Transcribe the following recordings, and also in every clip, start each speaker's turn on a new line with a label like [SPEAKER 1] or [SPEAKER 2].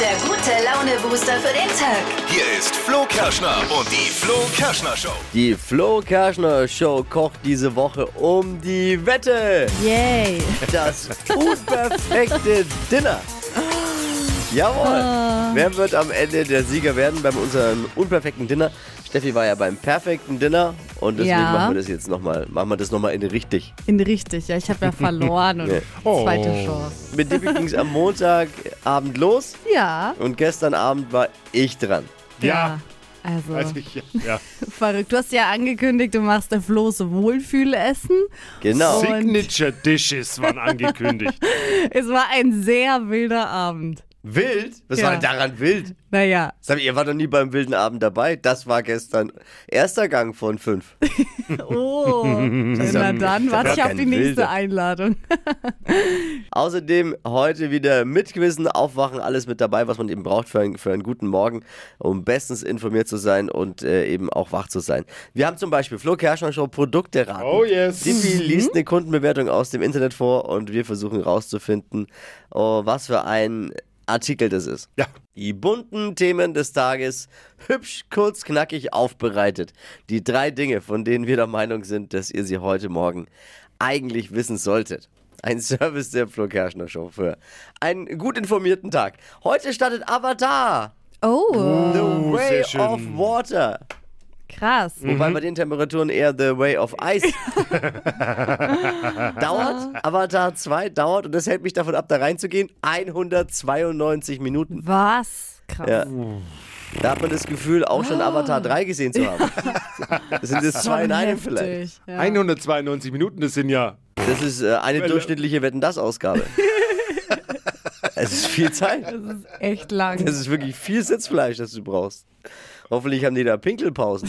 [SPEAKER 1] der gute Laune-Booster für den Tag.
[SPEAKER 2] Hier ist Flo Kerschner und die Flo Kerschner Show.
[SPEAKER 3] Die Flo Kerschner Show kocht diese Woche um die Wette.
[SPEAKER 4] Yay.
[SPEAKER 3] Das unperfekte Dinner.
[SPEAKER 4] Ah.
[SPEAKER 3] Jawohl. Wer wird am Ende der Sieger werden bei unserem unperfekten Dinner? Steffi war ja beim perfekten Dinner und deswegen
[SPEAKER 4] Ja.
[SPEAKER 3] machen wir das jetzt nochmal. Machen wir das nochmal in richtig.
[SPEAKER 4] In richtig, ja. Ich habe ja Oh. verloren und zweite Chance.
[SPEAKER 3] Mit dir ging es am Montagabend los
[SPEAKER 4] Ja.
[SPEAKER 3] und gestern Abend war ich dran.
[SPEAKER 5] Ja.
[SPEAKER 4] Also,
[SPEAKER 5] Weiß ich, ja.
[SPEAKER 4] verrückt. Du hast ja angekündigt, du machst der Floß Wohlfühlessen.
[SPEAKER 3] Genau.
[SPEAKER 4] So.
[SPEAKER 5] Signature Dishes waren angekündigt.
[SPEAKER 4] Es war ein sehr wilder Abend.
[SPEAKER 3] Wild? Was
[SPEAKER 4] Ja.
[SPEAKER 3] war denn daran wild?
[SPEAKER 4] Naja,
[SPEAKER 3] Sag mal, ihr wart noch nie beim wilden Abend dabei. Das war gestern erster Gang von fünf.
[SPEAKER 4] oh. Na dann, warte ich auf
[SPEAKER 3] kein
[SPEAKER 4] die nächste
[SPEAKER 3] Wilder.
[SPEAKER 4] Einladung.
[SPEAKER 3] Außerdem heute wieder mitquissen, aufwachen, alles mit dabei, was man eben braucht für einen, für einen guten Morgen, um bestens informiert zu sein und äh, eben auch wach zu sein. Wir haben zum Beispiel Flo Kerschner Show Produkte raten.
[SPEAKER 5] Oh yes.
[SPEAKER 3] Dippy liest eine Kundenbewertung aus dem Internet vor und wir versuchen rauszufinden, oh, was für ein Artikel das ist.
[SPEAKER 5] Ja.
[SPEAKER 3] Die bunten Themen des Tages hübsch, kurz, knackig aufbereitet. Die drei Dinge, von denen wir der Meinung sind, dass ihr sie heute Morgen eigentlich wissen solltet. Ein Service der Flo Kerschner Show für einen gut informierten Tag. Heute startet Avatar.
[SPEAKER 4] Oh,
[SPEAKER 3] The Way
[SPEAKER 5] sehr schön. Mhm.
[SPEAKER 3] of Water.
[SPEAKER 4] krass.
[SPEAKER 3] Wobei bei den Temperaturen eher The Way of Ice dauert. Avatar 2 dauert und das hält mich davon ab, da reinzugehen. 192 Minuten.
[SPEAKER 4] Was? Krass.
[SPEAKER 3] Ja. Da hat man das Gefühl, auch schon Avatar 3 gesehen zu haben. Das sind jetzt zwei in einem
[SPEAKER 4] Heftig,
[SPEAKER 3] vielleicht.
[SPEAKER 4] Ja.
[SPEAKER 5] 192 Minuten, das sind ja.
[SPEAKER 3] Das ist äh, eine durchschnittliche Wetten das Ausgabe. Es ist viel Zeit.
[SPEAKER 4] Das ist echt lang.
[SPEAKER 3] Das ist wirklich viel Sitzfleisch, das du brauchst. Hoffentlich haben die da Pinkelpausen.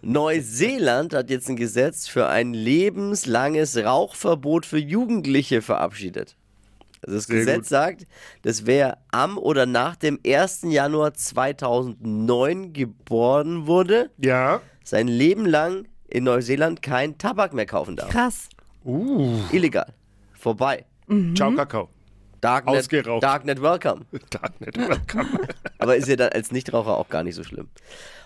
[SPEAKER 3] Neuseeland hat jetzt ein Gesetz für ein lebenslanges Rauchverbot für Jugendliche verabschiedet. Also das
[SPEAKER 5] Sehr
[SPEAKER 3] Gesetz
[SPEAKER 5] gut.
[SPEAKER 3] sagt, dass wer am oder nach dem 1. Januar 2009 geboren wurde,
[SPEAKER 5] Ja.
[SPEAKER 3] sein Leben lang in Neuseeland keinen Tabak mehr kaufen darf.
[SPEAKER 4] Krass.
[SPEAKER 5] Uh.
[SPEAKER 3] Illegal. Vorbei.
[SPEAKER 5] Mhm. Ciao, Kakao.
[SPEAKER 3] Darknet,
[SPEAKER 5] Ausgeraucht.
[SPEAKER 3] Darknet welcome.
[SPEAKER 5] Darknet Welcome.
[SPEAKER 3] Aber ist ja dann als Nichtraucher auch gar nicht so schlimm.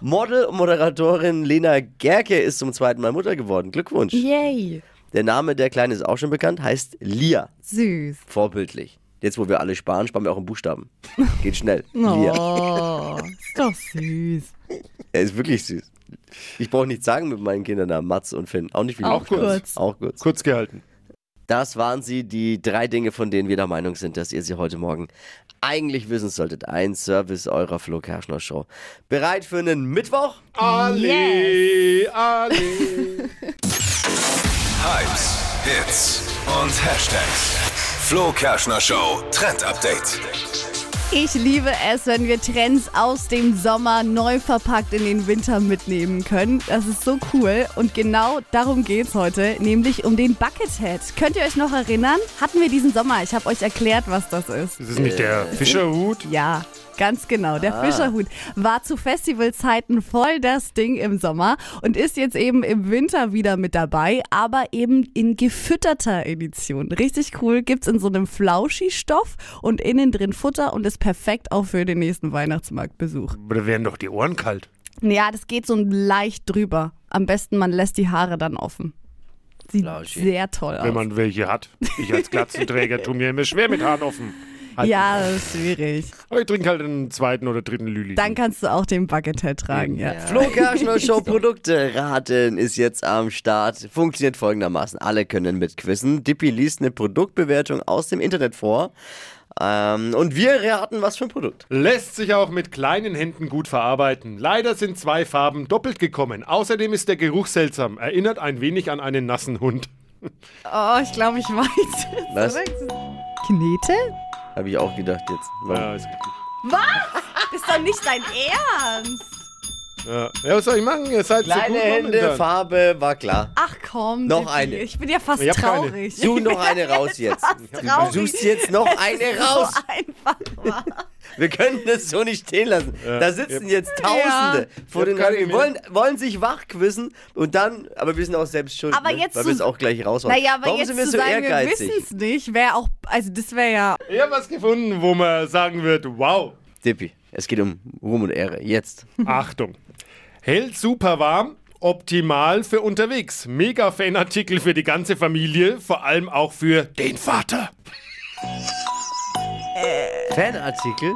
[SPEAKER 3] Model und Moderatorin Lena Gerke ist zum zweiten Mal Mutter geworden. Glückwunsch.
[SPEAKER 4] Yay.
[SPEAKER 3] Der Name der Kleinen ist auch schon bekannt, heißt Lia.
[SPEAKER 4] Süß.
[SPEAKER 3] Vorbildlich. Jetzt, wo wir alle sparen, sparen wir auch in Buchstaben. Geht schnell. Lia.
[SPEAKER 4] Oh, ist doch süß.
[SPEAKER 3] Er ist wirklich süß. Ich brauche nichts sagen mit meinen Kindernamen, Mats und Finn. Auch nicht viel
[SPEAKER 4] Auch
[SPEAKER 3] Buchstaben.
[SPEAKER 4] kurz.
[SPEAKER 3] Auch kurz.
[SPEAKER 5] Kurz gehalten.
[SPEAKER 3] Das waren sie, die drei Dinge, von denen wir der Meinung sind, dass ihr sie heute Morgen eigentlich wissen solltet. Ein Service eurer Flo Kerschner Show. Bereit für einen Mittwoch?
[SPEAKER 5] Ali, Ali.
[SPEAKER 2] Hypes, Hits und Hashtags. Flo Kerschner Show Trend Update.
[SPEAKER 4] Ich liebe es, wenn wir Trends aus dem Sommer neu verpackt in den Winter mitnehmen können. Das ist so cool. Und genau darum geht's heute, nämlich um den Buckethead. Könnt ihr euch noch erinnern? Hatten wir diesen Sommer. Ich habe euch erklärt, was das ist.
[SPEAKER 5] Das ist nicht der Fischerhut.
[SPEAKER 4] Ja, ganz genau. Der Fischerhut war zu Festivalzeiten voll das Ding im Sommer und ist jetzt eben im Winter wieder mit dabei, aber eben in gefütterter Edition. Richtig cool. Gibt's in so einem Flauschi-Stoff und innen drin Futter und ist perfekt auch für den nächsten Weihnachtsmarktbesuch.
[SPEAKER 5] Aber da wären doch die Ohren kalt.
[SPEAKER 4] Ja, das geht so leicht drüber. Am besten man lässt die Haare dann offen. Sieht
[SPEAKER 3] Flauschi.
[SPEAKER 4] sehr toll aus.
[SPEAKER 5] Wenn man welche hat. Ich als Glatzenträger tue mir immer schwer mit Haaren offen. Halt.
[SPEAKER 4] ja, das ist schwierig.
[SPEAKER 5] Aber ich trinke halt einen zweiten oder dritten Lüli.
[SPEAKER 4] Dann kannst du auch den Buckethead tragen, ja.
[SPEAKER 3] Flo Kerschner Show Produkte raten ist jetzt am Start. Funktioniert folgendermaßen. Alle können mitquissen. Dippy liest eine Produktbewertung aus dem Internet vor. Ähm, und wir raten, was für ein Produkt.
[SPEAKER 5] Lässt sich auch mit kleinen Händen gut verarbeiten. Leider sind zwei Farben doppelt gekommen. Außerdem ist der Geruch seltsam. Erinnert ein wenig an einen nassen Hund.
[SPEAKER 4] Oh, ich glaube, ich weiß.
[SPEAKER 3] Was?
[SPEAKER 4] Knete?
[SPEAKER 3] Habe ich auch gedacht jetzt.
[SPEAKER 5] Ja, ist richtig.
[SPEAKER 4] Ist doch nicht dein Ernst. ja.
[SPEAKER 5] Ja, was soll ich machen? Ihr seid so
[SPEAKER 3] Kleine
[SPEAKER 5] gut
[SPEAKER 3] Hände,
[SPEAKER 5] momentan.
[SPEAKER 3] Farbe war klar.
[SPEAKER 4] Ach komm.
[SPEAKER 3] Noch
[SPEAKER 4] Dippi,
[SPEAKER 3] eine.
[SPEAKER 4] Ich bin ja fast
[SPEAKER 5] Ich hab keine.
[SPEAKER 4] traurig.
[SPEAKER 3] Such noch eine raus jetzt.
[SPEAKER 4] Traurig.
[SPEAKER 3] Du suchst jetzt noch eine raus.
[SPEAKER 4] So einfach war.
[SPEAKER 3] Wir können das so nicht stehen lassen. Da sitzen jetzt Tausende vor
[SPEAKER 5] Ich
[SPEAKER 3] den
[SPEAKER 5] hab keine
[SPEAKER 3] Leuten, die wollen, wollen sich wachquissen und dann, aber wir sind auch selbst schuld,
[SPEAKER 4] Aber
[SPEAKER 3] ne?
[SPEAKER 4] jetzt
[SPEAKER 3] weil wir
[SPEAKER 4] zu-
[SPEAKER 3] es auch gleich raushauen.
[SPEAKER 4] Naja, aber
[SPEAKER 3] Warum
[SPEAKER 4] jetzt
[SPEAKER 3] sind wir
[SPEAKER 4] zu
[SPEAKER 3] so
[SPEAKER 4] sagen,
[SPEAKER 3] ehrgeizig?
[SPEAKER 4] wir wissen es nicht, wäre auch, also das wäre ja,
[SPEAKER 5] Ich habe was gefunden, wo man sagen wird, wow,
[SPEAKER 3] Dippi, es geht um Ruhm und Ehre. Jetzt.
[SPEAKER 5] Achtung. Hält super warm, optimal für unterwegs. Mega Fanartikel für die ganze Familie, vor allem auch für den Vater.
[SPEAKER 3] Fanartikel?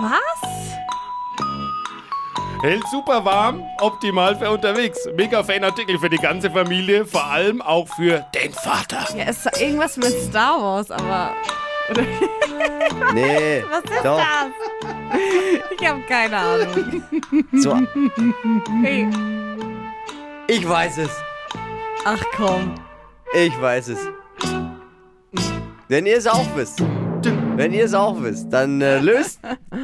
[SPEAKER 4] was?
[SPEAKER 5] Hält super warm, optimal für unterwegs. Mega Fanartikel für die ganze Familie, vor allem auch für den Vater.
[SPEAKER 4] Ja, es ist irgendwas mit Star Wars, aber
[SPEAKER 3] Nee.
[SPEAKER 4] was ist
[SPEAKER 3] doch,
[SPEAKER 4] das? Ich habe keine Ahnung.
[SPEAKER 3] So,
[SPEAKER 4] Hey.
[SPEAKER 3] ich weiß es.
[SPEAKER 4] Ach komm.
[SPEAKER 3] Ich weiß es. Wenn ihr es auch wisst, wenn ihr es auch wisst, dann äh, löst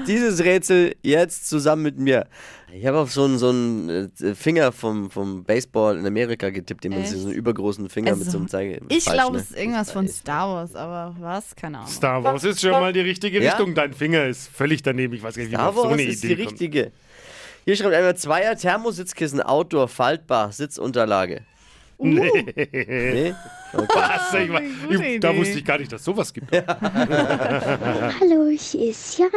[SPEAKER 3] dieses Rätsel jetzt zusammen mit mir. Ich habe auf so einen, so einen äh, Finger vom, vom Baseball in Amerika getippt, den man
[SPEAKER 4] Echt?
[SPEAKER 3] so einen übergroßen Finger mit so einem Zeige.
[SPEAKER 4] Also, ich
[SPEAKER 3] Falsch,
[SPEAKER 4] glaube,
[SPEAKER 3] ne?
[SPEAKER 4] es ist irgendwas von Star Wars, aber was? Keine Ahnung.
[SPEAKER 5] Star Wars ist schon mal die richtige
[SPEAKER 3] Ja?
[SPEAKER 5] Richtung. Dein Finger ist völlig daneben. Ich weiß gar nicht, wie man
[SPEAKER 3] Da
[SPEAKER 5] auf so
[SPEAKER 3] war
[SPEAKER 5] eine
[SPEAKER 3] es ist die
[SPEAKER 5] Idee kommt.
[SPEAKER 3] richtige. Hier schreibt einmal Zweier Thermositzkissen Outdoor faltbar Sitzunterlage. Nee.
[SPEAKER 5] Was? Ich, war-
[SPEAKER 4] gute
[SPEAKER 5] ich, da
[SPEAKER 4] Idee.
[SPEAKER 5] wusste ich gar nicht, dass sowas gibt.
[SPEAKER 6] Hallo, hier ist Jana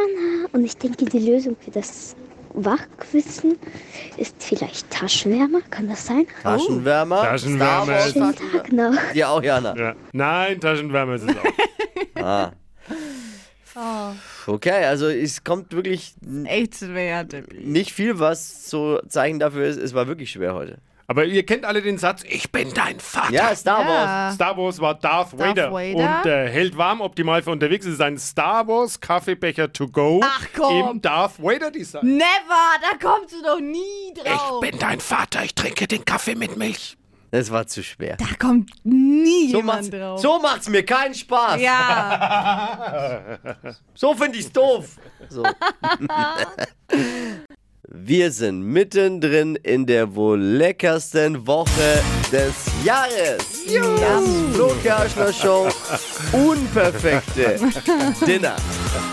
[SPEAKER 6] und ich denke, die Lösung für das Wachquissen ist vielleicht Taschenwärmer. Kann das sein?
[SPEAKER 4] Oh.
[SPEAKER 3] Taschenwärmer.
[SPEAKER 5] Taschenwärmer
[SPEAKER 3] Star Wars
[SPEAKER 5] ist-
[SPEAKER 6] Schönen
[SPEAKER 3] Taschenwärmer.
[SPEAKER 6] Tag noch.
[SPEAKER 3] Ja, auch Jana.
[SPEAKER 5] Ja. Nein, Taschenwärmer ist es auch.
[SPEAKER 4] Oh.
[SPEAKER 3] Okay, also es kommt wirklich
[SPEAKER 4] Echt schwer, Dippi.
[SPEAKER 3] nicht viel, was so Zeichen dafür ist. Es war wirklich schwer heute.
[SPEAKER 5] Aber ihr kennt alle den Satz, ich bin dein Vater.
[SPEAKER 3] Ja, Star Wars.
[SPEAKER 4] Ja.
[SPEAKER 5] Star Wars war Darth, Vader.
[SPEAKER 4] Ah. Vader.
[SPEAKER 5] und äh, hält warm, optimal für unterwegs. Es ist ein Star Wars Kaffeebecher to go
[SPEAKER 4] Ach, komm.
[SPEAKER 5] im Darth Vader Design.
[SPEAKER 4] Never, da kommst du doch nie drauf.
[SPEAKER 5] bin dein Vater, ich trinke den Kaffee mit Milch.
[SPEAKER 3] Das war zu schwer.
[SPEAKER 4] da kommt nie
[SPEAKER 3] So macht's,
[SPEAKER 4] jemand drauf.
[SPEAKER 3] so macht's mir keinen Spaß.
[SPEAKER 4] ja,
[SPEAKER 3] So finde ich's doof. So. Wir sind mittendrin in der wohl leckersten Woche des Jahres. Das Flo Kerschner Show Unperfekte Dinner.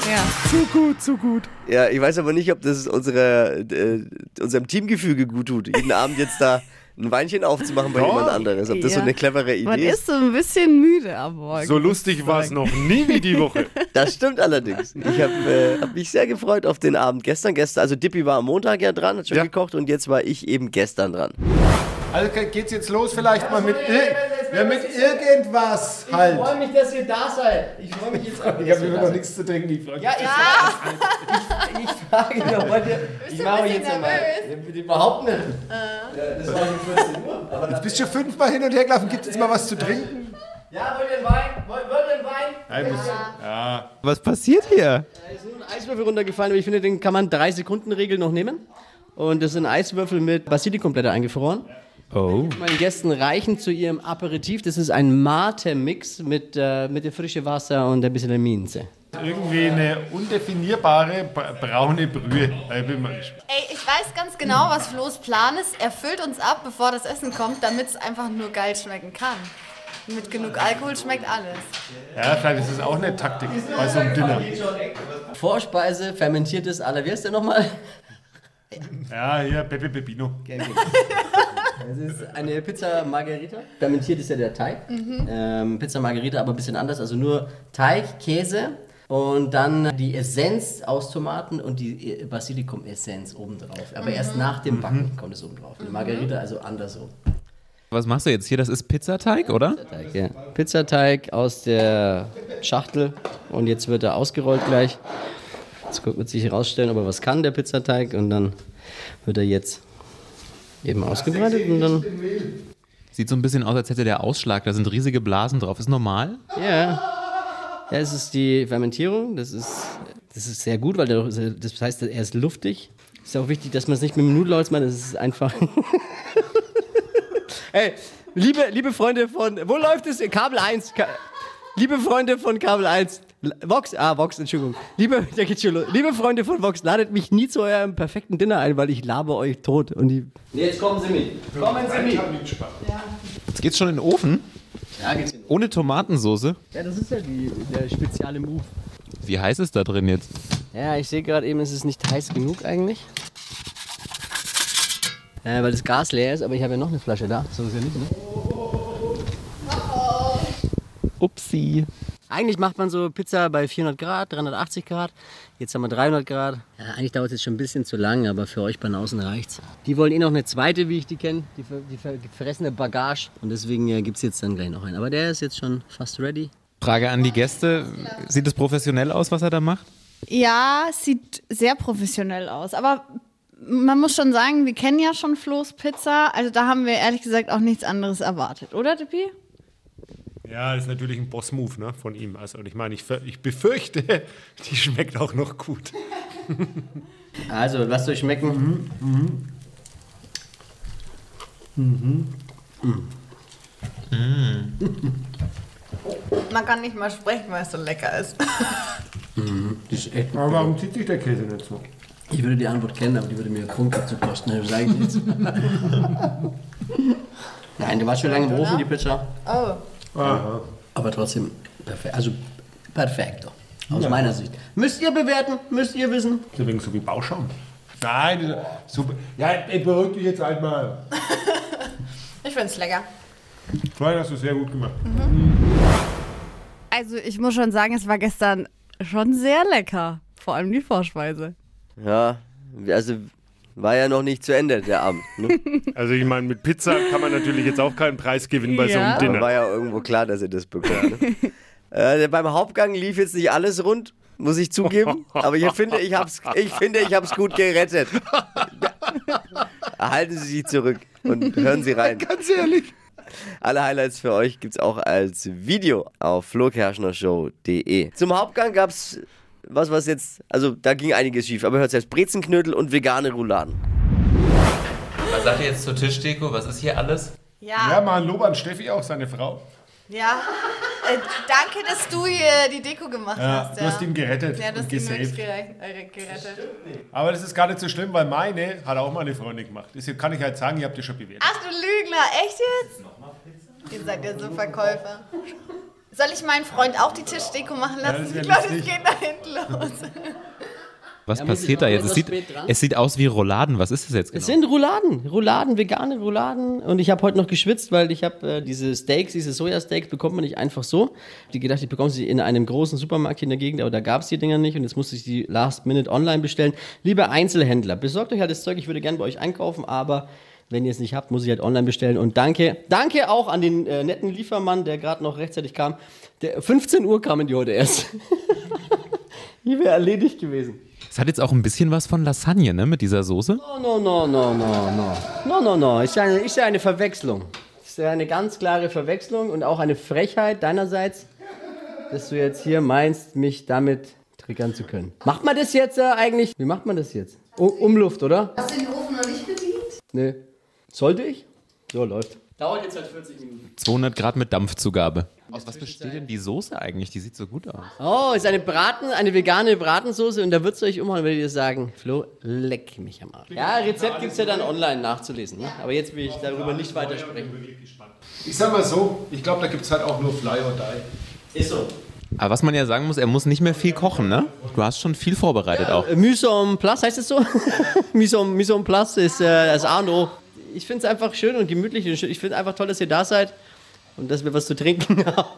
[SPEAKER 4] ja.
[SPEAKER 5] Zu gut, zu gut.
[SPEAKER 3] Ja, ich weiß aber nicht, ob das unserer, äh, unserem Teamgefüge gut tut, jeden Abend jetzt da ein Weinchen aufzumachen bei
[SPEAKER 5] Ja.
[SPEAKER 3] jemand anderes. Ob das so
[SPEAKER 4] Ja.
[SPEAKER 3] eine clevere Idee
[SPEAKER 4] Man
[SPEAKER 3] ist?
[SPEAKER 4] ist so ein bisschen müde am Morgen.
[SPEAKER 5] So lustig war es noch nie wie die Woche.
[SPEAKER 3] Das stimmt allerdings. Ich habe äh, hab mich sehr gefreut auf den Abend gestern. gestern also Dippy war am Montag ja dran, hat schon
[SPEAKER 5] Ja.
[SPEAKER 3] gekocht und jetzt war ich eben gestern dran.
[SPEAKER 7] Also ge- geht's jetzt los vielleicht mal mit, ir ja, mit irgendwas halt.
[SPEAKER 3] mich, dass ihr da seid. Ich freue mich jetzt auf
[SPEAKER 7] Ich habe immer noch nichts zu trinken, die Frage.
[SPEAKER 3] Ja, ich, ich, ich frage nur heute. Ich mache jetzt einmal. Überhaupt nicht. Das war um 14 Uhr. Aber
[SPEAKER 7] Jetzt bist du fünfmal hin und her gelaufen, gibt jetzt mal was zu trinken?
[SPEAKER 3] ja, wollt ihr einen Wein? Wollt, wollt ihr einen Wein?
[SPEAKER 8] Was passiert hier?
[SPEAKER 9] ist nur ein Eiswürfel runtergefallen, aber ich finde, den kann man 3-Sekunden-Regel noch nehmen. Und das sind Eiswürfel mit Basilikumblätter eingefroren.
[SPEAKER 8] Oh.
[SPEAKER 9] Meinen Gästen reichen zu ihrem Aperitif. Das ist ein Mate-Mix mit, äh, mit dem frischen Wasser und ein bisschen Minze.
[SPEAKER 7] Irgendwie eine undefinierbare braune Brühe. Ich bin mal gespannt.
[SPEAKER 10] Ey, ich weiß ganz genau, was Flo's Plan ist. Er füllt uns ab, bevor das Essen kommt, damit es einfach nur geil schmecken kann. Mit genug Alkohol schmeckt alles.
[SPEAKER 7] Ja, vielleicht ist es auch eine Taktik bei
[SPEAKER 5] Also
[SPEAKER 7] so einem Dinner.
[SPEAKER 9] Vorspeise, fermentiertes Aller. Wie heißt der nochmal?
[SPEAKER 7] Ja, hier, Pepe Pepino.
[SPEAKER 9] Das ist eine Pizza Margherita. Fermentiert ist ja der Teig. Ähm, Pizza Margherita, aber ein bisschen anders. Also nur Teig, Käse und dann die Essenz aus Tomaten und die äh, Basilikum-Essenz obendrauf. Aber erst nach dem Backen kommt es obendrauf. Die Margherita also andersrum.
[SPEAKER 8] Was machst du jetzt hier? Das ist Pizzateig, oder?
[SPEAKER 9] Pizzateig, ja. Pizzateig aus der Schachtel und jetzt wird er ausgerollt gleich. Jetzt wird sich herausstellen, ob er was kann, der Pizzateig. Und dann wird er jetzt eben ausgebreitet und dann
[SPEAKER 8] Sieht so ein bisschen aus, als hätte der Ausschlag. Da sind riesige Blasen drauf. Ist normal?
[SPEAKER 9] Ja. ja, es ist die Fermentierung. Das ist, das ist sehr gut, weil der, das heißt, er ist luftig. Ist ja auch wichtig, dass man es nicht mit dem Nudelholz macht. Das ist einfach. Ey, liebe, liebe Freunde von. Wo läuft es? Kabel 1. Ka liebe Freunde von Kabel 1. L- Vox, ah, Vox, Entschuldigung. Liebe, da geht's schon los. Liebe Freunde von Vox, ladet mich nie zu eurem perfekten Dinner ein, weil ich laber euch tot. Und die jetzt kommen Sie mit. Kommen Sie mit.
[SPEAKER 8] Jetzt geht's schon in den Ofen.
[SPEAKER 9] Ja, geht's in den
[SPEAKER 8] Ohne Tomatensoße.
[SPEAKER 9] Ja, das ist ja die, der spezielle Move. Wie heiß ist da drin jetzt?
[SPEAKER 3] Ja, ich sehe gerade eben, es ist nicht heiß genug eigentlich. Äh, weil das Gas leer ist, aber ich habe ja noch eine Flasche da. So ist ja nicht, ne?
[SPEAKER 9] Upsi.
[SPEAKER 3] Eigentlich macht man so Pizza bei 400 Grad, 380 Grad. Jetzt haben wir 300 Grad. Ja, eigentlich dauert es jetzt schon ein bisschen zu lang, aber für euch bei außen reicht's. Die wollen eh noch eine zweite, wie ich die kenne, die, ver- die, ver- die verressene Bagage. Und deswegen äh, gibt es jetzt dann gleich noch einen. Aber der ist jetzt schon fast ready.
[SPEAKER 9] Frage an die Gäste. Sieht es professionell aus, was er da macht?
[SPEAKER 4] Ja, sieht sehr professionell aus. Aber man muss schon sagen, wir kennen ja schon Flo's Pizza. Also da haben wir ehrlich gesagt auch nichts anderes erwartet, oder Tippi?
[SPEAKER 11] Ja, das ist natürlich ein Boss-Move ne, von ihm. Also, und ich meine, ich, ver- ich befürchte, die schmeckt auch noch gut.
[SPEAKER 3] Also, lasst euch schmecken.
[SPEAKER 4] Man kann nicht mal sprechen, weil es so lecker ist.
[SPEAKER 5] Aber warum zieht sich der Käse nicht so?
[SPEAKER 3] Ich würde die Antwort kennen, aber die würde mir Funke zu kosten. Das sage ich jetzt. Nein, die war schon lange im Ofen, die Pizza.
[SPEAKER 4] Oh.
[SPEAKER 5] Aha.
[SPEAKER 3] Aber trotzdem perfekt. Also perfekto. Aus meiner Sicht. Müsst ihr bewerten, müsst ihr wissen.
[SPEAKER 5] Ist ein wenig so wie Bauschaum. Nein, das ist super. Ja, ey, beruhig dich jetzt halt einmal.
[SPEAKER 4] Ich find's lecker.
[SPEAKER 5] Vorhin hast du sehr gut gemacht.
[SPEAKER 12] Also ich muss schon sagen, es war gestern schon sehr lecker. Vor allem die Vorspeise.
[SPEAKER 13] Ja, also war ja noch nicht zu Ende der Abend. Ne?
[SPEAKER 11] Also, ich meine, mit Pizza kann man natürlich jetzt auch keinen Preis gewinnen bei so
[SPEAKER 12] Ja.
[SPEAKER 11] einem
[SPEAKER 13] Aber
[SPEAKER 11] Dinner.
[SPEAKER 13] war ja irgendwo klar, dass ihr das bekommt. Ne? äh, beim Hauptgang lief jetzt nicht alles rund, muss ich zugeben. Aber ich finde, ich hab's, ich finde, ich hab's gut gerettet. Halten Sie sich zurück und hören Sie rein.
[SPEAKER 11] Ganz ehrlich.
[SPEAKER 13] Alle Highlights für euch gibt's auch als Video auf flokerschnershow.de. Zum Hauptgang gab's was, was jetzt, also da ging einiges schief, aber hört selbst Brezenknödel und vegane Rouladen.
[SPEAKER 9] Was sagt ihr jetzt zur Tischdeko? Was ist hier alles?
[SPEAKER 4] Ja,
[SPEAKER 5] Ja,
[SPEAKER 4] ja.
[SPEAKER 5] mal ein Lob an Steffi auch, seine Frau.
[SPEAKER 4] Äh, danke, dass du hier die Deko gemacht
[SPEAKER 5] Ja,
[SPEAKER 4] hast.
[SPEAKER 5] du hast ihn gerettet
[SPEAKER 4] Ja, du
[SPEAKER 5] und
[SPEAKER 4] hast ihn wirklich
[SPEAKER 5] gesaved.
[SPEAKER 4] gerecht- äh, gerettet.
[SPEAKER 5] Aber das ist gar nicht so schlimm, weil meine hat auch meine Freundin gemacht. Deshalb kann ich halt sagen, ihr habt die schon bewertet.
[SPEAKER 4] Ach du Lügner, echt jetzt? Ihr seid ja so Verkäufer. Soll ich meinen Freund auch die Tischdeko machen lassen?
[SPEAKER 5] das wär
[SPEAKER 4] ich glaube, es
[SPEAKER 5] lustig.
[SPEAKER 4] geht da hinten los.
[SPEAKER 9] Was
[SPEAKER 3] Ja, muss ich
[SPEAKER 9] passiert
[SPEAKER 3] noch
[SPEAKER 9] da jetzt?
[SPEAKER 3] etwas
[SPEAKER 9] Es sieht,
[SPEAKER 3] spät dran?
[SPEAKER 9] es sieht aus wie Rouladen. Was ist das jetzt
[SPEAKER 3] Es
[SPEAKER 9] genau?
[SPEAKER 3] sind Rouladen, Rouladen, vegane Rouladen. Und ich habe heute noch geschwitzt, weil ich habe äh, diese Steaks, diese Sojasteaks bekommt man nicht einfach so. Die gedacht, ich bekomme sie in einem großen Supermarkt hier in der Gegend, aber da gab es die Dinger nicht und jetzt musste ich die Last Minute online bestellen. Liebe Einzelhändler, besorgt euch halt das Zeug. Ich würde gerne bei euch einkaufen, aber wenn ihr es nicht habt, muss ich halt online bestellen. Und danke, danke auch an den äh, netten Liefermann, der gerade noch rechtzeitig kam. Der 15 Uhr kamen die heute erst. die wäre erledigt gewesen.
[SPEAKER 9] Es hat jetzt auch ein bisschen was von Lasagne, ne, mit dieser Soße.
[SPEAKER 3] No, no, no, no, no, no. No, no, no. Ist ja eine, ist ja eine Verwechslung. Ist ja eine ganz klare Verwechslung und auch eine Frechheit deinerseits, dass du jetzt hier meinst, mich damit triggern zu können. Macht man das jetzt äh, eigentlich? Wie macht man das jetzt? U Umluft, oder?
[SPEAKER 4] Hast du den Ofen noch nicht bedient?
[SPEAKER 3] Nee. Sollte ich? So, läuft. Dauert jetzt halt 40 Minuten.
[SPEAKER 9] 200 Grad mit Dampfzugabe. Aus was besteht denn die Soße eigentlich? Die sieht so gut aus.
[SPEAKER 3] Oh, ist eine Braten, eine vegane Bratensoße und da würdest du euch umhauen, wenn die dir sagen, Flo, leck mich am Arsch. Ja, Rezept gibt's ja dann online nachzulesen. Ne? Aber jetzt will ich darüber nicht weiter sprechen.
[SPEAKER 5] Ich sag mal so, ich glaube, da gibt es halt auch nur Fly or Die.
[SPEAKER 3] Ist so.
[SPEAKER 9] Aber was man ja sagen muss, er muss nicht mehr viel kochen, ne? Du hast schon viel vorbereitet auch.
[SPEAKER 3] Äh, Mühsam Plus, heißt es so? Mühsam, Mühsam Plus ist äh, das A und O. Ich finde es einfach schön und gemütlich. und schön. Ich finde einfach toll, dass ihr da seid und dass wir was zu trinken haben.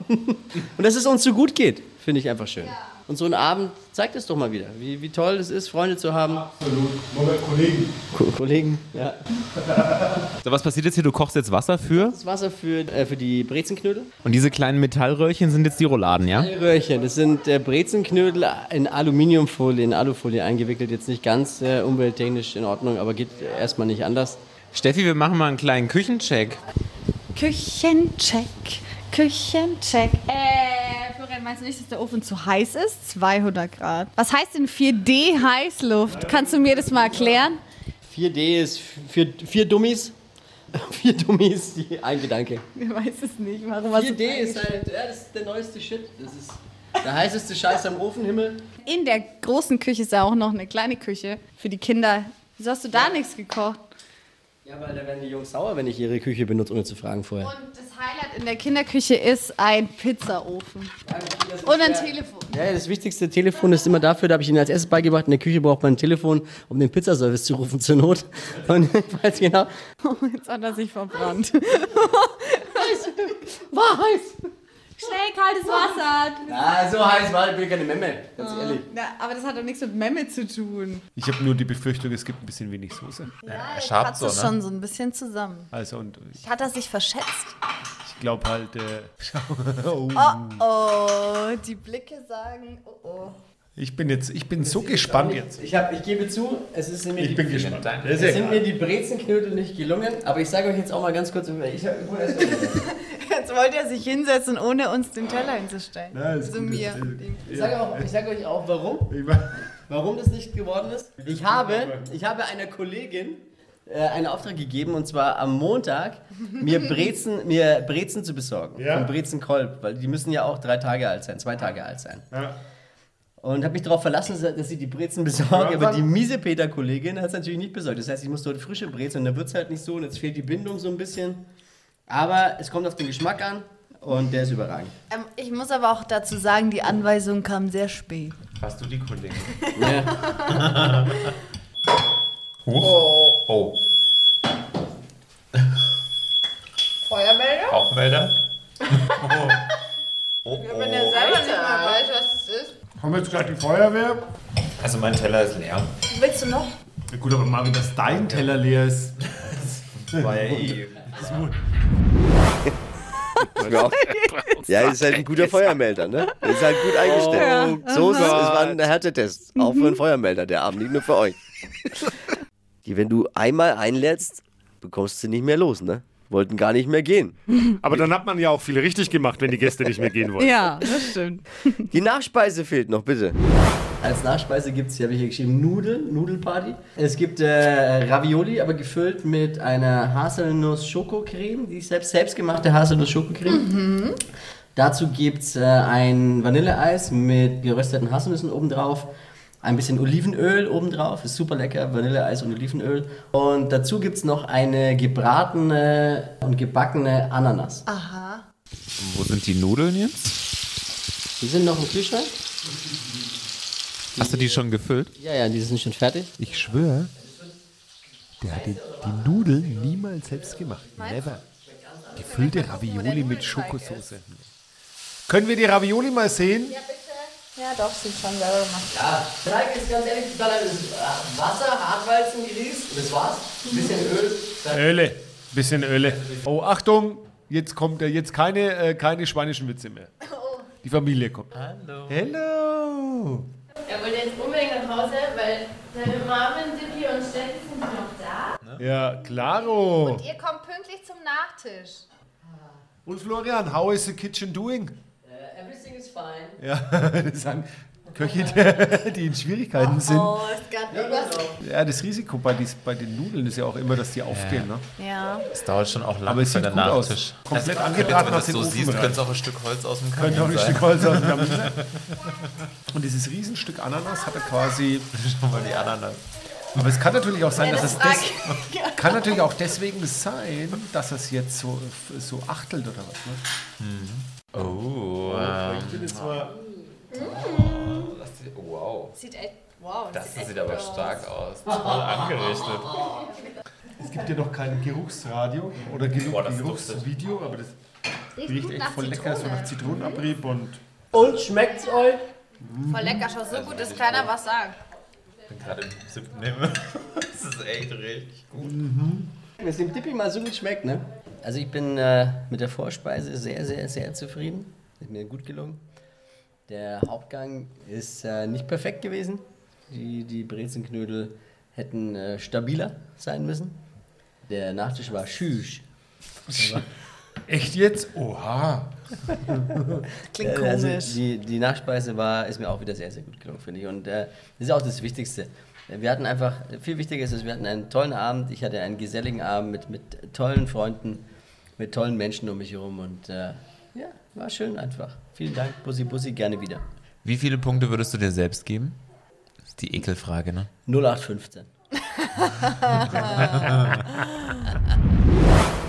[SPEAKER 3] Und dass es uns so gut geht, finde ich einfach schön. Und so ein Abend zeigt es doch mal wieder, wie, wie toll es ist, Freunde zu haben.
[SPEAKER 5] Absolut. Moment, Kollegen.
[SPEAKER 3] Ko- Kollegen, ja.
[SPEAKER 9] So, was passiert jetzt hier? Du kochst jetzt Wasser für
[SPEAKER 3] Das Wasser für, äh, für die Brezenknödel.
[SPEAKER 9] und diese kleinen Metallröhrchen sind jetzt die Rouladen, ja?
[SPEAKER 3] Die Röhrchen, das sind äh, Brezenknödel in Aluminiumfolie, in Alufolie eingewickelt. Jetzt nicht ganz äh, umwelttechnisch in Ordnung, aber geht äh, erstmal nicht anders.
[SPEAKER 9] Steffi, wir machen mal einen kleinen Küchencheck.
[SPEAKER 4] Küchencheck, Küchencheck. Äh, Florian, meinst du nicht, dass der Ofen zu heiß ist? 200 Grad. Was heißt denn 4D Heißluft? Kannst du mir das mal erklären?
[SPEAKER 3] 4D ist für vier Dummies. Vier Dummies, die, ein Gedanke.
[SPEAKER 4] Ich weiß es nicht. Warum hast du
[SPEAKER 3] 4D ist halt, ja, das ist der neueste Shit. Das ist der heißeste Scheiß am Ofenhimmel.
[SPEAKER 4] In der großen Küche ist ja auch noch eine kleine Küche für die Kinder. Wieso hast du da nichts gekocht?
[SPEAKER 3] Ja, weil da werden die Jungs sauer, wenn ich ihre Küche benutze, ohne zu fragen vorher.
[SPEAKER 4] Und das Highlight in der Kinderküche ist ein Pizzaofen. Und ein Telefon.
[SPEAKER 3] Ja, das wichtigste Telefon ist immer dafür, da habe ich Ihnen als erstes beigebracht, in der Küche braucht man ein Telefon, um den Pizzaservice zu rufen zur Not. Und ich weiß genau,
[SPEAKER 4] Jetzt hat er sich verbrannt.
[SPEAKER 3] war heiß.
[SPEAKER 4] Schnell kaltes Wasser.
[SPEAKER 3] Ah, so heiß war, ich bin keine Memme, ganz ehrlich.
[SPEAKER 4] Na, aber das hat doch nichts mit Memme zu tun.
[SPEAKER 5] Ich habe nur die Befürchtung, es gibt ein bisschen wenig Soße.
[SPEAKER 4] Ja, jetzt
[SPEAKER 9] schabt
[SPEAKER 4] hat
[SPEAKER 9] so,
[SPEAKER 4] es
[SPEAKER 9] ne?
[SPEAKER 4] schon so ein bisschen zusammen.
[SPEAKER 5] Also, und ich,
[SPEAKER 14] Hat er sich verschätzt?
[SPEAKER 5] ich glaube halt, äh,
[SPEAKER 4] Oh, die Blicke sagen, oh oh.
[SPEAKER 5] ich bin jetzt, ich bin so gespannt jetzt.
[SPEAKER 3] Ich, hab, ich gebe zu, es ist nämlich
[SPEAKER 5] Ich bin gespannt. Das
[SPEAKER 3] Es
[SPEAKER 5] ist
[SPEAKER 3] sind mir
[SPEAKER 5] egal.
[SPEAKER 3] die Brezenknödel nicht gelungen, aber ich sage euch jetzt auch mal ganz kurz, ich hab,
[SPEAKER 4] Jetzt wollte er sich hinsetzen, ohne uns den Teller hinzustellen.
[SPEAKER 5] Ja, ist
[SPEAKER 4] also
[SPEAKER 5] gut,
[SPEAKER 4] mir.
[SPEAKER 5] ne, das ist-
[SPEAKER 4] Dem-
[SPEAKER 3] ich sage auch, ich sag euch auch, warum.
[SPEAKER 5] Ich war-
[SPEAKER 3] Warum das nicht geworden ist? Ich habe, ich habe einer Kollegin äh, einen Auftrag gegeben und zwar am Montag mir Brezen, mir Brezen zu besorgen.
[SPEAKER 5] Ja.
[SPEAKER 3] Von Brezenkolb, weil die müssen ja auch drei Tage alt sein, zwei Tage alt sein.
[SPEAKER 5] Ja.
[SPEAKER 3] Und habe mich darauf verlassen, dass sie die Brezen besorgen,
[SPEAKER 5] Ja,
[SPEAKER 3] aber
[SPEAKER 5] wann-
[SPEAKER 3] die miese Peter-Kollegin hat es natürlich nicht besorgt. Das heißt, ich musste heute frische Brezen und da wird es halt nicht so und jetzt fehlt die Bindung so ein bisschen. Aber es kommt auf den Geschmack an und der ist überragend.
[SPEAKER 4] Ähm, ich muss aber auch dazu sagen, die Anweisung kam sehr spät.
[SPEAKER 9] Warst du die Kollegin?
[SPEAKER 3] Ja.
[SPEAKER 9] Huch. Oh.
[SPEAKER 4] Feuermeldung?
[SPEAKER 9] Rauchmelder? Oh. Oh, oh.
[SPEAKER 4] Selber nicht mal weiß, was es ist.
[SPEAKER 5] Haben wir jetzt gerade die Feuerwehr?
[SPEAKER 9] Also mein Teller ist leer.
[SPEAKER 4] Willst du noch?
[SPEAKER 5] Ja, gut, aber Marvin, dass dein Teller leer ist.
[SPEAKER 9] War ja eh.
[SPEAKER 15] Ja, ja ist halt ein guter Feuermelder, ne? Ist halt gut eingestellt. so ist es war ein Härtetest. Auch für einen Feuermelder, der Abend nicht nur für euch. Die, wenn du einmal einlädst, bekommst du sie nicht mehr los, ne? Wollten gar nicht mehr gehen.
[SPEAKER 5] Aber dann hat man ja auch viel richtig gemacht, wenn die Gäste nicht mehr gehen wollen.
[SPEAKER 16] Ja, das stimmt.
[SPEAKER 15] Die Nachspeise fehlt noch, bitte.
[SPEAKER 3] Als Nachspeise gibt es, hier habe ich hier geschrieben, Nudeln, Nudelparty. Es gibt äh, Ravioli, aber gefüllt mit einer Haselnuss-Schokocreme, die selbst, selbstgemachte Haselnuss-Schokocreme. Dazu gibt es äh, ein Vanilleeis mit gerösteten Haselnüssen obendrauf. Ein bisschen Olivenöl obendrauf, ist super lecker, Vanilleeis und Olivenöl. Und dazu gibt es noch eine gebratene und gebackene Ananas.
[SPEAKER 9] Wo sind die Nudeln jetzt?
[SPEAKER 3] Die sind noch im Kühlschrank?
[SPEAKER 9] Hast du die schon gefüllt?
[SPEAKER 3] Ja, ja, die sind schon fertig.
[SPEAKER 17] Ich schwöre, der hat die, die Nudeln niemals selbst gemacht. Never. Gefüllte Ravioli mit Schokosauce.
[SPEAKER 5] Können wir die Ravioli mal sehen?
[SPEAKER 4] Ja, doch, sieht schon selber gemacht.
[SPEAKER 3] Ja, Teig ist ganz ehrlich, total lecker. Das ist, äh, Wasser, Hartweizen, Grieß, das war's. Ein bisschen Öl. dann-
[SPEAKER 5] Öle. Bisschen Öle. Oh, Achtung, jetzt kommt äh, jetzt keine, äh, keine schweinischen Witze mehr.
[SPEAKER 4] Oh.
[SPEAKER 5] Die Familie kommt. Hallo. Hello.
[SPEAKER 4] Er wollte jetzt unbedingt nach Hause, weil seine Marvin, Dippy und Steffi sind noch da.
[SPEAKER 5] Ja, claro.
[SPEAKER 4] Ihr kommt pünktlich zum Nachtisch.
[SPEAKER 5] Und Florian, how is the kitchen doing?
[SPEAKER 3] Äh, Everything is fine.
[SPEAKER 5] Ja, das sagen Köche, die- die in Schwierigkeiten sind.
[SPEAKER 3] oh,
[SPEAKER 4] es gab irgendwas.
[SPEAKER 5] Ja, das Risiko bei, dies, bei den Nudeln ist ja auch immer, dass die aufgehen. Ne?
[SPEAKER 4] Ja.
[SPEAKER 9] Es dauert schon auch lange
[SPEAKER 5] Aber es
[SPEAKER 9] für
[SPEAKER 5] sieht
[SPEAKER 9] den
[SPEAKER 5] gut aus.
[SPEAKER 9] Nachtisch.
[SPEAKER 5] Komplett
[SPEAKER 9] Also,
[SPEAKER 5] angebraten
[SPEAKER 9] Wenn du
[SPEAKER 5] aus
[SPEAKER 9] das
[SPEAKER 5] dem
[SPEAKER 9] so
[SPEAKER 5] Ofen
[SPEAKER 9] siehst,
[SPEAKER 5] rein.
[SPEAKER 9] könnte es auch ein Stück Holz aus dem
[SPEAKER 5] Könnte auch ein
[SPEAKER 9] Kamin sein.
[SPEAKER 5] Stück Holz aus dem Kamin sein. Und dieses Riesenstück Ananas hatte quasi.
[SPEAKER 9] Schon mal die Ananas.
[SPEAKER 5] Aber es kann natürlich auch sein, dass es des, kann natürlich auch deswegen sein, dass es jetzt so, so achtelt oder was. Ne?
[SPEAKER 9] Mhm. Oh, ähm, oh, wow.
[SPEAKER 4] Sieht echt, wow.
[SPEAKER 9] Das sieht aber stark aus. Toll angerichtet.
[SPEAKER 5] Es gibt ja noch kein Geruchsradio oder Geruch,
[SPEAKER 9] Boah, das
[SPEAKER 5] Geruchsvideo, aber das riecht echt voll lecker, so nach Zitronenabrieb und.
[SPEAKER 3] Und schmeckt's euch?
[SPEAKER 4] Voll lecker, schon so gut, dass keiner was sagt.
[SPEAKER 9] Ich bin gerade im siebten Himmel. Das ist echt richtig gut.
[SPEAKER 3] Wenn es dem Mhm. Dippi mal so gut schmeckt, ne? Also ich bin äh, mit der Vorspeise sehr, sehr, sehr zufrieden. Ist mir gut gelungen. Der Hauptgang ist äh, nicht perfekt gewesen. Die, die Brezenknödel hätten äh, stabiler sein müssen. Der Nachtisch war schüsch.
[SPEAKER 5] Echt jetzt? Oha!
[SPEAKER 4] Klingt
[SPEAKER 3] Äh, also
[SPEAKER 4] komisch.
[SPEAKER 3] die, die Nachspeise war, ist mir auch wieder sehr, sehr gut gelungen, finde ich. Und äh, das ist auch das Wichtigste. Wir hatten einfach, viel wichtiger ist, es, wir hatten einen tollen Abend. Ich hatte einen geselligen Abend mit, mit tollen Freunden, mit tollen Menschen um mich herum. Und äh, ja, war schön einfach. Vielen Dank, Bussi Bussi, gerne wieder.
[SPEAKER 9] Wie viele Punkte würdest du dir selbst geben? Das ist die Ekelfrage, ne?
[SPEAKER 3] 0815.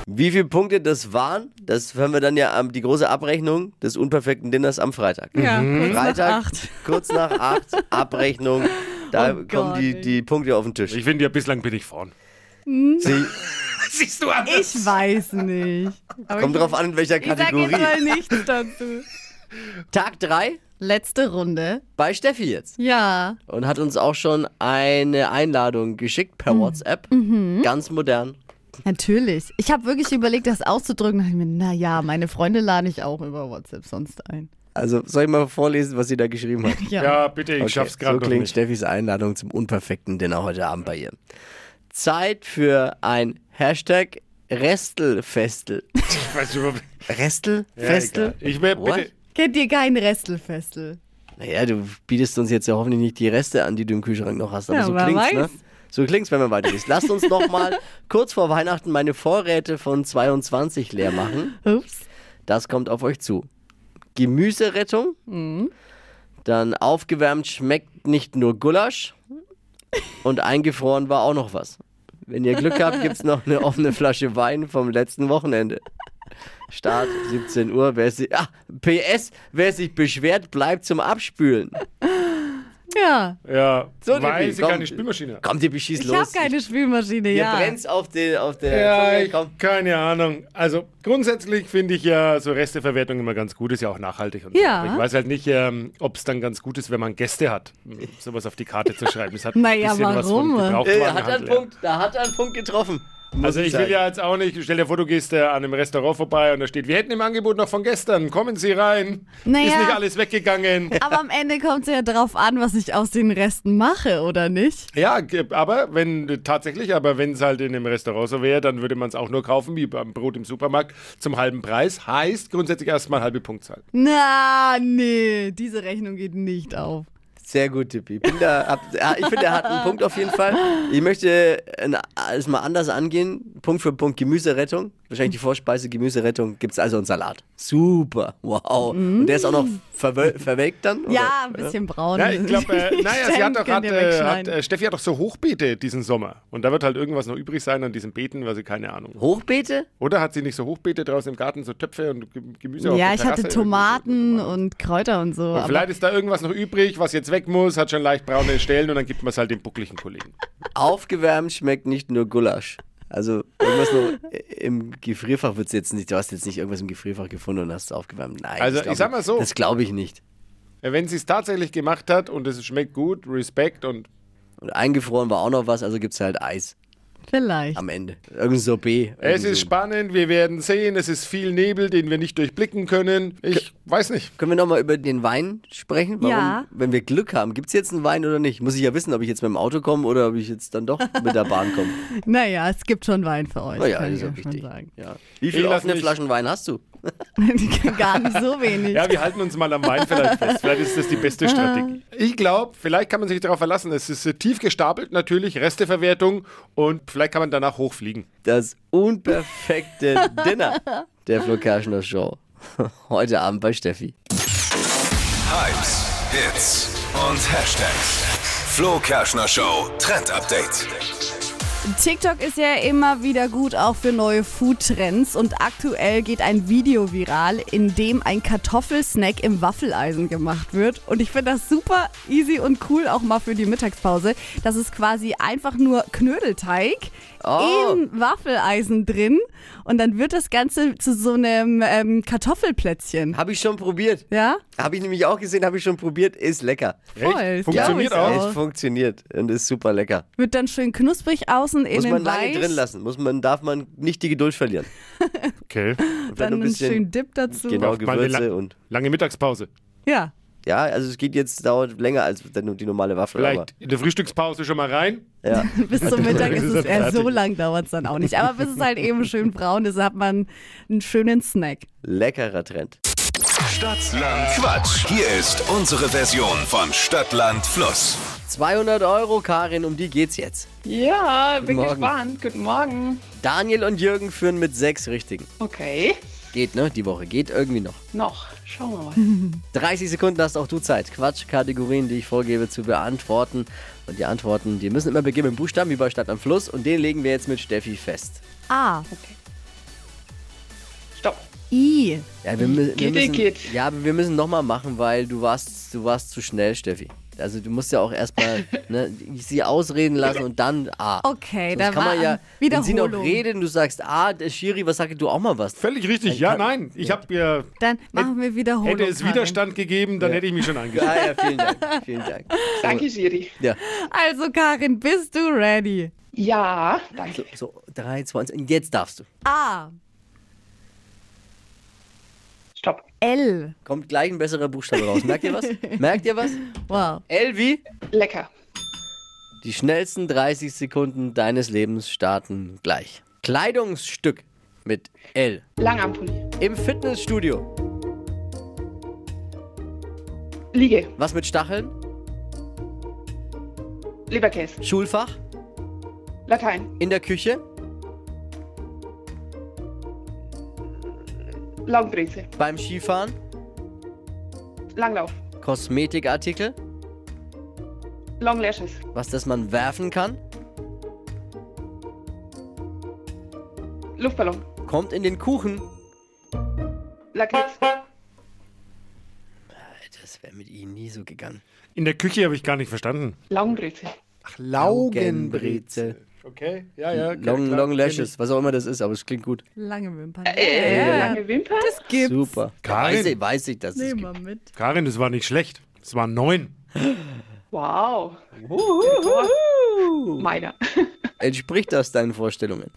[SPEAKER 3] Wie viele Punkte das waren, das hören wir dann ja am, die große Abrechnung des unperfekten Dinners am Freitag.
[SPEAKER 4] Ja, kurz nach
[SPEAKER 3] Mhm. Freitag,
[SPEAKER 4] acht.
[SPEAKER 3] kurz nach acht, Abrechnung. Da
[SPEAKER 4] Oh
[SPEAKER 3] kommen
[SPEAKER 4] Gott, Hm?
[SPEAKER 3] die,
[SPEAKER 4] ey.
[SPEAKER 3] die Punkte auf den Tisch.
[SPEAKER 5] Ich finde ja, bislang bin ich vorn.
[SPEAKER 3] Sie,
[SPEAKER 5] Siehst du an?
[SPEAKER 4] Ich weiß nicht. Aber
[SPEAKER 3] kommt
[SPEAKER 4] ich-
[SPEAKER 3] drauf an, in welcher
[SPEAKER 4] Ich sag jetzt
[SPEAKER 3] Kategorie.
[SPEAKER 4] mal nichts dazu.
[SPEAKER 3] Tag drei
[SPEAKER 4] Letzte Runde.
[SPEAKER 3] bei Steffi jetzt.
[SPEAKER 4] Ja.
[SPEAKER 3] Und hat uns auch schon eine Einladung geschickt
[SPEAKER 4] Hm.
[SPEAKER 3] per WhatsApp.
[SPEAKER 4] Mhm.
[SPEAKER 3] Ganz modern.
[SPEAKER 4] Natürlich. Ich habe wirklich überlegt, das auszudrücken. Da dachte ich mir, naja, meine Freunde lade ich auch über WhatsApp sonst ein.
[SPEAKER 3] Also soll ich mal vorlesen, was sie da geschrieben hat?
[SPEAKER 4] Ja.
[SPEAKER 5] Ja, bitte, ich schaff's gerade
[SPEAKER 3] so
[SPEAKER 5] noch
[SPEAKER 3] klingt
[SPEAKER 5] nicht.
[SPEAKER 3] Steffis Einladung zum unperfekten Dinner heute Abend bei ihr. Zeit für ein Hashtag Restelfestel.
[SPEAKER 5] Ich weiß überhaupt nicht. Ja,
[SPEAKER 3] Restelfestel?
[SPEAKER 5] egal. Ich will
[SPEAKER 3] What?
[SPEAKER 5] bitte.
[SPEAKER 4] Kennt ihr kein Restelfestel?
[SPEAKER 3] Naja, du bietest uns jetzt ja hoffentlich nicht die Reste an, die du im Kühlschrank noch hast. Aber
[SPEAKER 4] Ja,
[SPEAKER 3] so
[SPEAKER 4] wer
[SPEAKER 3] klingt's, ne?
[SPEAKER 4] weiß.
[SPEAKER 3] So klingt's, wenn man weiterliest. Lasst uns noch mal kurz vor Weihnachten meine Vorräte von 22 leer machen.
[SPEAKER 4] Ups.
[SPEAKER 3] Das kommt auf euch zu. Gemüserettung.
[SPEAKER 4] Mhm.
[SPEAKER 3] Dann aufgewärmt schmeckt nicht nur Gulasch. Und eingefroren war auch noch was. Wenn ihr Glück habt, gibt's noch eine offene Flasche Wein vom letzten Wochenende. Start 17 Uhr. Wer sich, ah, PS, wer sich beschwert, bleibt zum Abspülen.
[SPEAKER 4] Ja.
[SPEAKER 5] Ja,
[SPEAKER 3] So,
[SPEAKER 5] weil
[SPEAKER 3] Debbie,
[SPEAKER 5] sie
[SPEAKER 3] komm.
[SPEAKER 5] keine Spülmaschine.
[SPEAKER 3] Komm, Tippi, schieß
[SPEAKER 4] Ich
[SPEAKER 3] los.
[SPEAKER 4] habe keine Spülmaschine,
[SPEAKER 3] Hier
[SPEAKER 4] ja.
[SPEAKER 3] brennt's auf, den, auf der
[SPEAKER 5] Ja,
[SPEAKER 3] Zunge.
[SPEAKER 5] ich,
[SPEAKER 3] Komm.
[SPEAKER 5] keine Ahnung. Also grundsätzlich finde ich ja so Resteverwertung immer ganz gut, ist ja auch nachhaltig. Und so.
[SPEAKER 4] Ja.
[SPEAKER 5] Aber Ich weiß halt nicht, ähm, ob es dann ganz gut ist, wenn man Gäste hat, m, sowas auf die Karte zu schreiben. Das hat
[SPEAKER 4] Naja,
[SPEAKER 5] ein bisschen was von
[SPEAKER 4] warum?
[SPEAKER 3] Äh,
[SPEAKER 5] Gebrauchtwarenhandel,
[SPEAKER 3] hat er einen
[SPEAKER 5] ja.
[SPEAKER 3] Punkt, da hat er einen Punkt getroffen. Muss
[SPEAKER 5] Also ich will
[SPEAKER 3] sagen.
[SPEAKER 5] ja jetzt auch nicht, stell dir vor, du gehst äh, an einem Restaurant vorbei und da steht, wir hätten im Angebot noch von gestern, kommen Sie rein.
[SPEAKER 4] Naja.
[SPEAKER 5] Ist nicht alles weggegangen.
[SPEAKER 4] Aber am Ende kommt es ja drauf an, was ich aus den Resten mache, oder nicht?
[SPEAKER 5] Ja, ge- aber wenn tatsächlich, aber wenn es halt in einem Restaurant so wäre, dann würde man es auch nur kaufen wie beim Brot im Supermarkt zum halben Preis. Heißt grundsätzlich erstmal halbe Punktzahl.
[SPEAKER 4] Na, nee, diese Rechnung geht nicht auf.
[SPEAKER 3] Sehr gut, Tippi. Bin da, ab, ja, ich finde, er hat einen Punkt auf jeden Fall. Ich möchte ein- es mal anders angehen. Punkt für Punkt Gemüserettung. Wahrscheinlich die Vorspeise Gemüserettung. Gibt es also einen Salat. Super. Wow. Und der ist auch noch verwel verwelkt dann? Oder?
[SPEAKER 4] Ja, ein bisschen braun.
[SPEAKER 5] Ja, ich glaube, äh,
[SPEAKER 4] Die
[SPEAKER 5] naja, sie
[SPEAKER 4] Stellen
[SPEAKER 5] hat doch, hat,
[SPEAKER 4] könnt ihr
[SPEAKER 5] äh, hat,
[SPEAKER 4] wegschneiden.
[SPEAKER 5] äh, Steffi hat doch so Hochbeete diesen Sommer. Und da wird halt irgendwas noch übrig sein an diesen Beeten, weil sie keine Ahnung.
[SPEAKER 3] Hochbeete?
[SPEAKER 5] Oder hat sie nicht so Hochbeete draußen im Garten, so Töpfe und Ge- Gemüse auf
[SPEAKER 4] ja,
[SPEAKER 5] der
[SPEAKER 4] ich hatte
[SPEAKER 5] Terrasse?
[SPEAKER 4] Tomaten und Kräuter und so.
[SPEAKER 5] Und
[SPEAKER 4] aber
[SPEAKER 5] vielleicht ist da irgendwas noch übrig, was jetzt weg muss, hat schon leicht braune Stellen und dann gibt man es halt dem buckligen Kollegen.
[SPEAKER 3] Aufgewärmt schmeckt nicht nur Gulasch. Also irgendwas noch im Gefrierfach wird es jetzt nicht. Du hast jetzt nicht irgendwas im Gefrierfach gefunden und hast es aufgewärmt. Nein.
[SPEAKER 5] Also,
[SPEAKER 3] das glaub
[SPEAKER 5] ich sag mal so.
[SPEAKER 3] Das glaube ich nicht.
[SPEAKER 5] Äh, Wenn sie es tatsächlich gemacht hat und es schmeckt gut, Respekt und
[SPEAKER 3] Und eingefroren war auch noch was, also gibt es halt Eis
[SPEAKER 4] vielleicht.
[SPEAKER 3] am Ende. Irgendein Sorbet.
[SPEAKER 5] es
[SPEAKER 3] Irgend
[SPEAKER 5] ist
[SPEAKER 3] so.
[SPEAKER 5] spannend, wir werden sehen, es ist viel Nebel, den wir nicht durchblicken können. Ich weiß nicht.
[SPEAKER 3] Können wir nochmal über den Wein sprechen? Warum,
[SPEAKER 4] Ja.
[SPEAKER 3] Wenn wir Glück haben, gibt es jetzt einen Wein oder nicht? Muss ich ja wissen, ob ich jetzt mit dem Auto komme oder ob ich jetzt dann doch mit der Bahn komme.
[SPEAKER 4] Naja, es gibt schon Wein für euch.
[SPEAKER 3] Naja,
[SPEAKER 4] kann
[SPEAKER 3] das
[SPEAKER 4] ich
[SPEAKER 3] ist Oh ja
[SPEAKER 4] schon
[SPEAKER 3] wichtig.
[SPEAKER 4] sagen.
[SPEAKER 3] Ja. Wie
[SPEAKER 5] Ich
[SPEAKER 3] viele
[SPEAKER 5] lass
[SPEAKER 3] offene
[SPEAKER 5] mich-
[SPEAKER 3] Flaschen Wein hast du?
[SPEAKER 4] Gar nicht so wenig.
[SPEAKER 5] Ja, wir halten uns mal am Wein vielleicht fest. Vielleicht ist das die beste Strategie. Ah. Ich glaube, vielleicht kann man sich darauf verlassen. Es ist äh, tief gestapelt natürlich, Resteverwertung und vielleicht kann man danach hochfliegen.
[SPEAKER 3] Das unperfekte Dinner der Flo Kerschner Show. Heute Abend bei Steffi.
[SPEAKER 2] Hypes, Hits und Hashtags. Flo Kerschner Show Trend Update.
[SPEAKER 4] TikTok ist ja immer wieder gut auch für neue Food-Trends und aktuell geht ein Video viral, in dem ein Kartoffelsnack im Waffeleisen gemacht wird. Und ich finde das super easy und cool auch mal für die Mittagspause. Das ist quasi einfach nur Knödelteig
[SPEAKER 3] Oh.
[SPEAKER 4] im Waffeleisen drin und dann wird das Ganze zu so einem ähm, Kartoffelplätzchen.
[SPEAKER 3] Habe ich schon probiert.
[SPEAKER 4] Ja?
[SPEAKER 3] Habe ich nämlich auch gesehen, habe ich schon probiert. Ist lecker.
[SPEAKER 4] Voll,
[SPEAKER 5] Echt?
[SPEAKER 4] das
[SPEAKER 5] Funktioniert
[SPEAKER 4] glaub ich
[SPEAKER 5] auch.
[SPEAKER 4] Oh.
[SPEAKER 3] Es funktioniert und ist super lecker.
[SPEAKER 4] Wird dann schön knusprig außen,
[SPEAKER 3] Muss
[SPEAKER 4] innen
[SPEAKER 3] man lange
[SPEAKER 4] weich.
[SPEAKER 3] drin lassen. Muss man, darf man nicht die Geduld verlieren.
[SPEAKER 5] Okay.
[SPEAKER 3] Und wenn
[SPEAKER 4] Dann
[SPEAKER 3] du ein
[SPEAKER 4] einen
[SPEAKER 3] bisschen,
[SPEAKER 4] schönen Dip dazu.
[SPEAKER 3] genau,
[SPEAKER 5] Braucht man eine
[SPEAKER 3] Gewürze
[SPEAKER 5] La-
[SPEAKER 3] und
[SPEAKER 5] Lange Mittagspause.
[SPEAKER 4] Ja.
[SPEAKER 3] Ja, also es geht jetzt, dauert länger als dann die normale Waffel.
[SPEAKER 5] Vielleicht in der Frühstückspause schon mal rein.
[SPEAKER 3] Aber, ja.
[SPEAKER 4] bis zum Mittag ist
[SPEAKER 5] Ist
[SPEAKER 4] es
[SPEAKER 5] es
[SPEAKER 4] eher so
[SPEAKER 5] fertig.
[SPEAKER 4] lang dauert es dann auch nicht. Aber bis es halt eben schön braun ist, hat man einen schönen Snack.
[SPEAKER 3] Leckerer Trend.
[SPEAKER 2] Stadtland Quatsch. Hier ist unsere Version von Stadtland Fluss.
[SPEAKER 3] 200 Euro, Karin, um die geht's jetzt.
[SPEAKER 18] Ja, bin
[SPEAKER 3] Morgen.
[SPEAKER 18] gespannt. Guten Morgen.
[SPEAKER 3] Daniel und Jürgen führen mit sechs Richtigen.
[SPEAKER 18] Okay.
[SPEAKER 3] Geht, ne? Die Woche geht irgendwie noch.
[SPEAKER 18] Noch. Schauen wir mal.
[SPEAKER 3] 30 Sekunden hast auch du Zeit, Quatschkategorien, die ich vorgebe, zu beantworten. Und die Antworten, die müssen immer beginnen mit dem Buchstaben, wie bei Stadt am Fluss. Und den legen wir jetzt mit Steffi fest.
[SPEAKER 4] A.
[SPEAKER 18] Stopp.
[SPEAKER 4] I.
[SPEAKER 3] Ja, wir, mü- wir
[SPEAKER 18] Geht,
[SPEAKER 3] müssen,
[SPEAKER 18] geht.
[SPEAKER 3] Ja, aber wir müssen nochmal machen, weil du warst, du warst zu schnell, Steffi. Also du musst ja auch erstmal ne, sie ausreden lassen und dann A.
[SPEAKER 4] Okay,
[SPEAKER 3] Sonst
[SPEAKER 4] da
[SPEAKER 3] kann man
[SPEAKER 4] war
[SPEAKER 3] ja,
[SPEAKER 4] ein
[SPEAKER 3] Wenn sie noch
[SPEAKER 4] Wiederholung.
[SPEAKER 3] reden, du sagst A, der Schiri, was sagst du auch mal was?
[SPEAKER 5] Völlig richtig, ja, nein. Ich habe mir.
[SPEAKER 4] Dann machen wir Wiederholung.
[SPEAKER 5] Hätte es
[SPEAKER 4] Karin.
[SPEAKER 5] Widerstand gegeben, dann hätte ich mich schon angeschaut.
[SPEAKER 3] Ja, ja, vielen Dank. Vielen Dank. Oh.
[SPEAKER 18] Danke, Siri.
[SPEAKER 3] Ja.
[SPEAKER 4] Also Karin, bist du ready?
[SPEAKER 18] Ja, danke.
[SPEAKER 3] So, so 3, 20, und jetzt darfst du.
[SPEAKER 4] A.
[SPEAKER 18] Stopp.
[SPEAKER 4] L.
[SPEAKER 3] Kommt gleich ein besserer Buchstabe raus. Merkt ihr was? Merkt ihr was?
[SPEAKER 4] Wow.
[SPEAKER 3] L wie?
[SPEAKER 18] Lecker.
[SPEAKER 3] Die schnellsten 30 Sekunden deines Lebens starten gleich. Kleidungsstück mit L.
[SPEAKER 18] Langarmpulli.
[SPEAKER 3] Im Fitnessstudio.
[SPEAKER 18] Liege.
[SPEAKER 3] Was mit Stacheln?
[SPEAKER 18] Leberkäse.
[SPEAKER 3] Schulfach?
[SPEAKER 18] Latein.
[SPEAKER 3] In der Küche?
[SPEAKER 18] Laugenbreze.
[SPEAKER 3] Beim Skifahren?
[SPEAKER 18] Langlauf.
[SPEAKER 3] Kosmetikartikel?
[SPEAKER 18] Long Lashes.
[SPEAKER 3] Was das man werfen kann?
[SPEAKER 18] Luftballon.
[SPEAKER 3] Kommt in den Kuchen.
[SPEAKER 18] Lakritz.
[SPEAKER 3] Das wäre mit Ihnen nie so gegangen.
[SPEAKER 5] In der Küche habe ich gar nicht verstanden.
[SPEAKER 18] Laugenbreze.
[SPEAKER 5] Ach,
[SPEAKER 18] Okay.
[SPEAKER 5] Ja, ja.
[SPEAKER 3] Long, long Lashes, was auch immer das ist, aber es klingt gut.
[SPEAKER 4] Lange Wimpern.
[SPEAKER 18] Äh,
[SPEAKER 4] Ja, ja.
[SPEAKER 18] lange Wimpern?
[SPEAKER 4] Das gibt's.
[SPEAKER 3] Super.
[SPEAKER 5] Karin.
[SPEAKER 3] Weiß ich, weiß ich das.
[SPEAKER 4] Nehmen wir mit.
[SPEAKER 5] Karin, das war nicht schlecht. Das waren neun.
[SPEAKER 18] Wow. Meiner.
[SPEAKER 3] Entspricht das deinen Vorstellungen?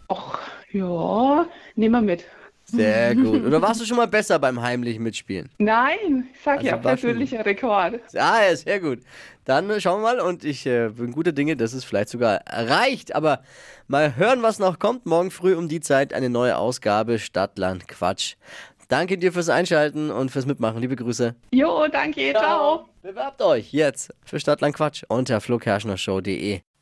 [SPEAKER 18] Ja, nehmen wir mit.
[SPEAKER 3] Sehr gut. Oder warst du schon mal besser beim heimlichen Mitspielen?
[SPEAKER 18] Nein, ich sag
[SPEAKER 3] Also
[SPEAKER 18] ja,
[SPEAKER 3] war schon-
[SPEAKER 18] persönlicher Rekord.
[SPEAKER 3] Ah, ja, sehr gut. Dann äh, schauen wir mal und ich äh, bin guter Dinge, dass es vielleicht sogar reicht. Aber mal hören, was noch kommt. Morgen früh um die Zeit eine neue Ausgabe Stadtland Quatsch. Danke dir fürs Einschalten und fürs Mitmachen. Liebe Grüße.
[SPEAKER 18] Jo, danke, ciao.
[SPEAKER 3] Bewerbt euch jetzt für Stadtland Quatsch unter flokerschnershow.de.